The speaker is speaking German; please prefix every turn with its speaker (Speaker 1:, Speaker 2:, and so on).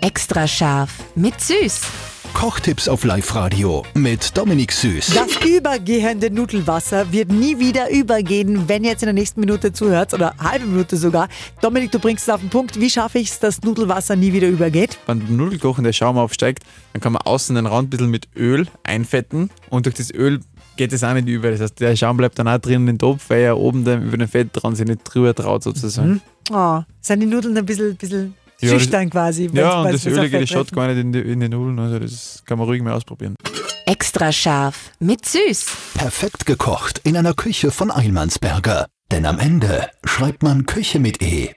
Speaker 1: Extra scharf mit Süß.
Speaker 2: Kochtipps auf Live-Radio mit Dominik Süß.
Speaker 3: Das übergehende Nudelwasser wird nie wieder übergehen, wenn ihr jetzt in der nächsten Minute zuhört oder halbe Minute sogar. Dominik, du bringst es auf den Punkt. Wie schaffe ich es, dass Nudelwasser nie wieder übergeht?
Speaker 4: wenn beim Nudelkochen der Schaum aufsteigt, dann kann man außen den Rand ein bisschen mit Öl einfetten und durch das Öl geht es auch nicht über. Das heißt, der Schaum bleibt dann auch drin in den Topf, weil ja oben dann über den Fett dran sich nicht drüber traut sozusagen.
Speaker 3: Oh, sind die Nudeln ein bisschen, bisschen
Speaker 4: Ja, das-
Speaker 3: schüchtern quasi? wenn's-
Speaker 4: Ja, und
Speaker 3: wenn's-
Speaker 4: das
Speaker 3: wenn's auf
Speaker 4: Öl geht
Speaker 3: Fett
Speaker 4: die Shot
Speaker 3: treffen?
Speaker 4: gar nicht in die, in die Nudeln, also das kann man ruhig mal ausprobieren.
Speaker 1: Extra scharf mit Süß.
Speaker 2: Perfekt gekocht in einer Küche von Eilmannsberger. Denn am Ende schreibt man Küche mit E.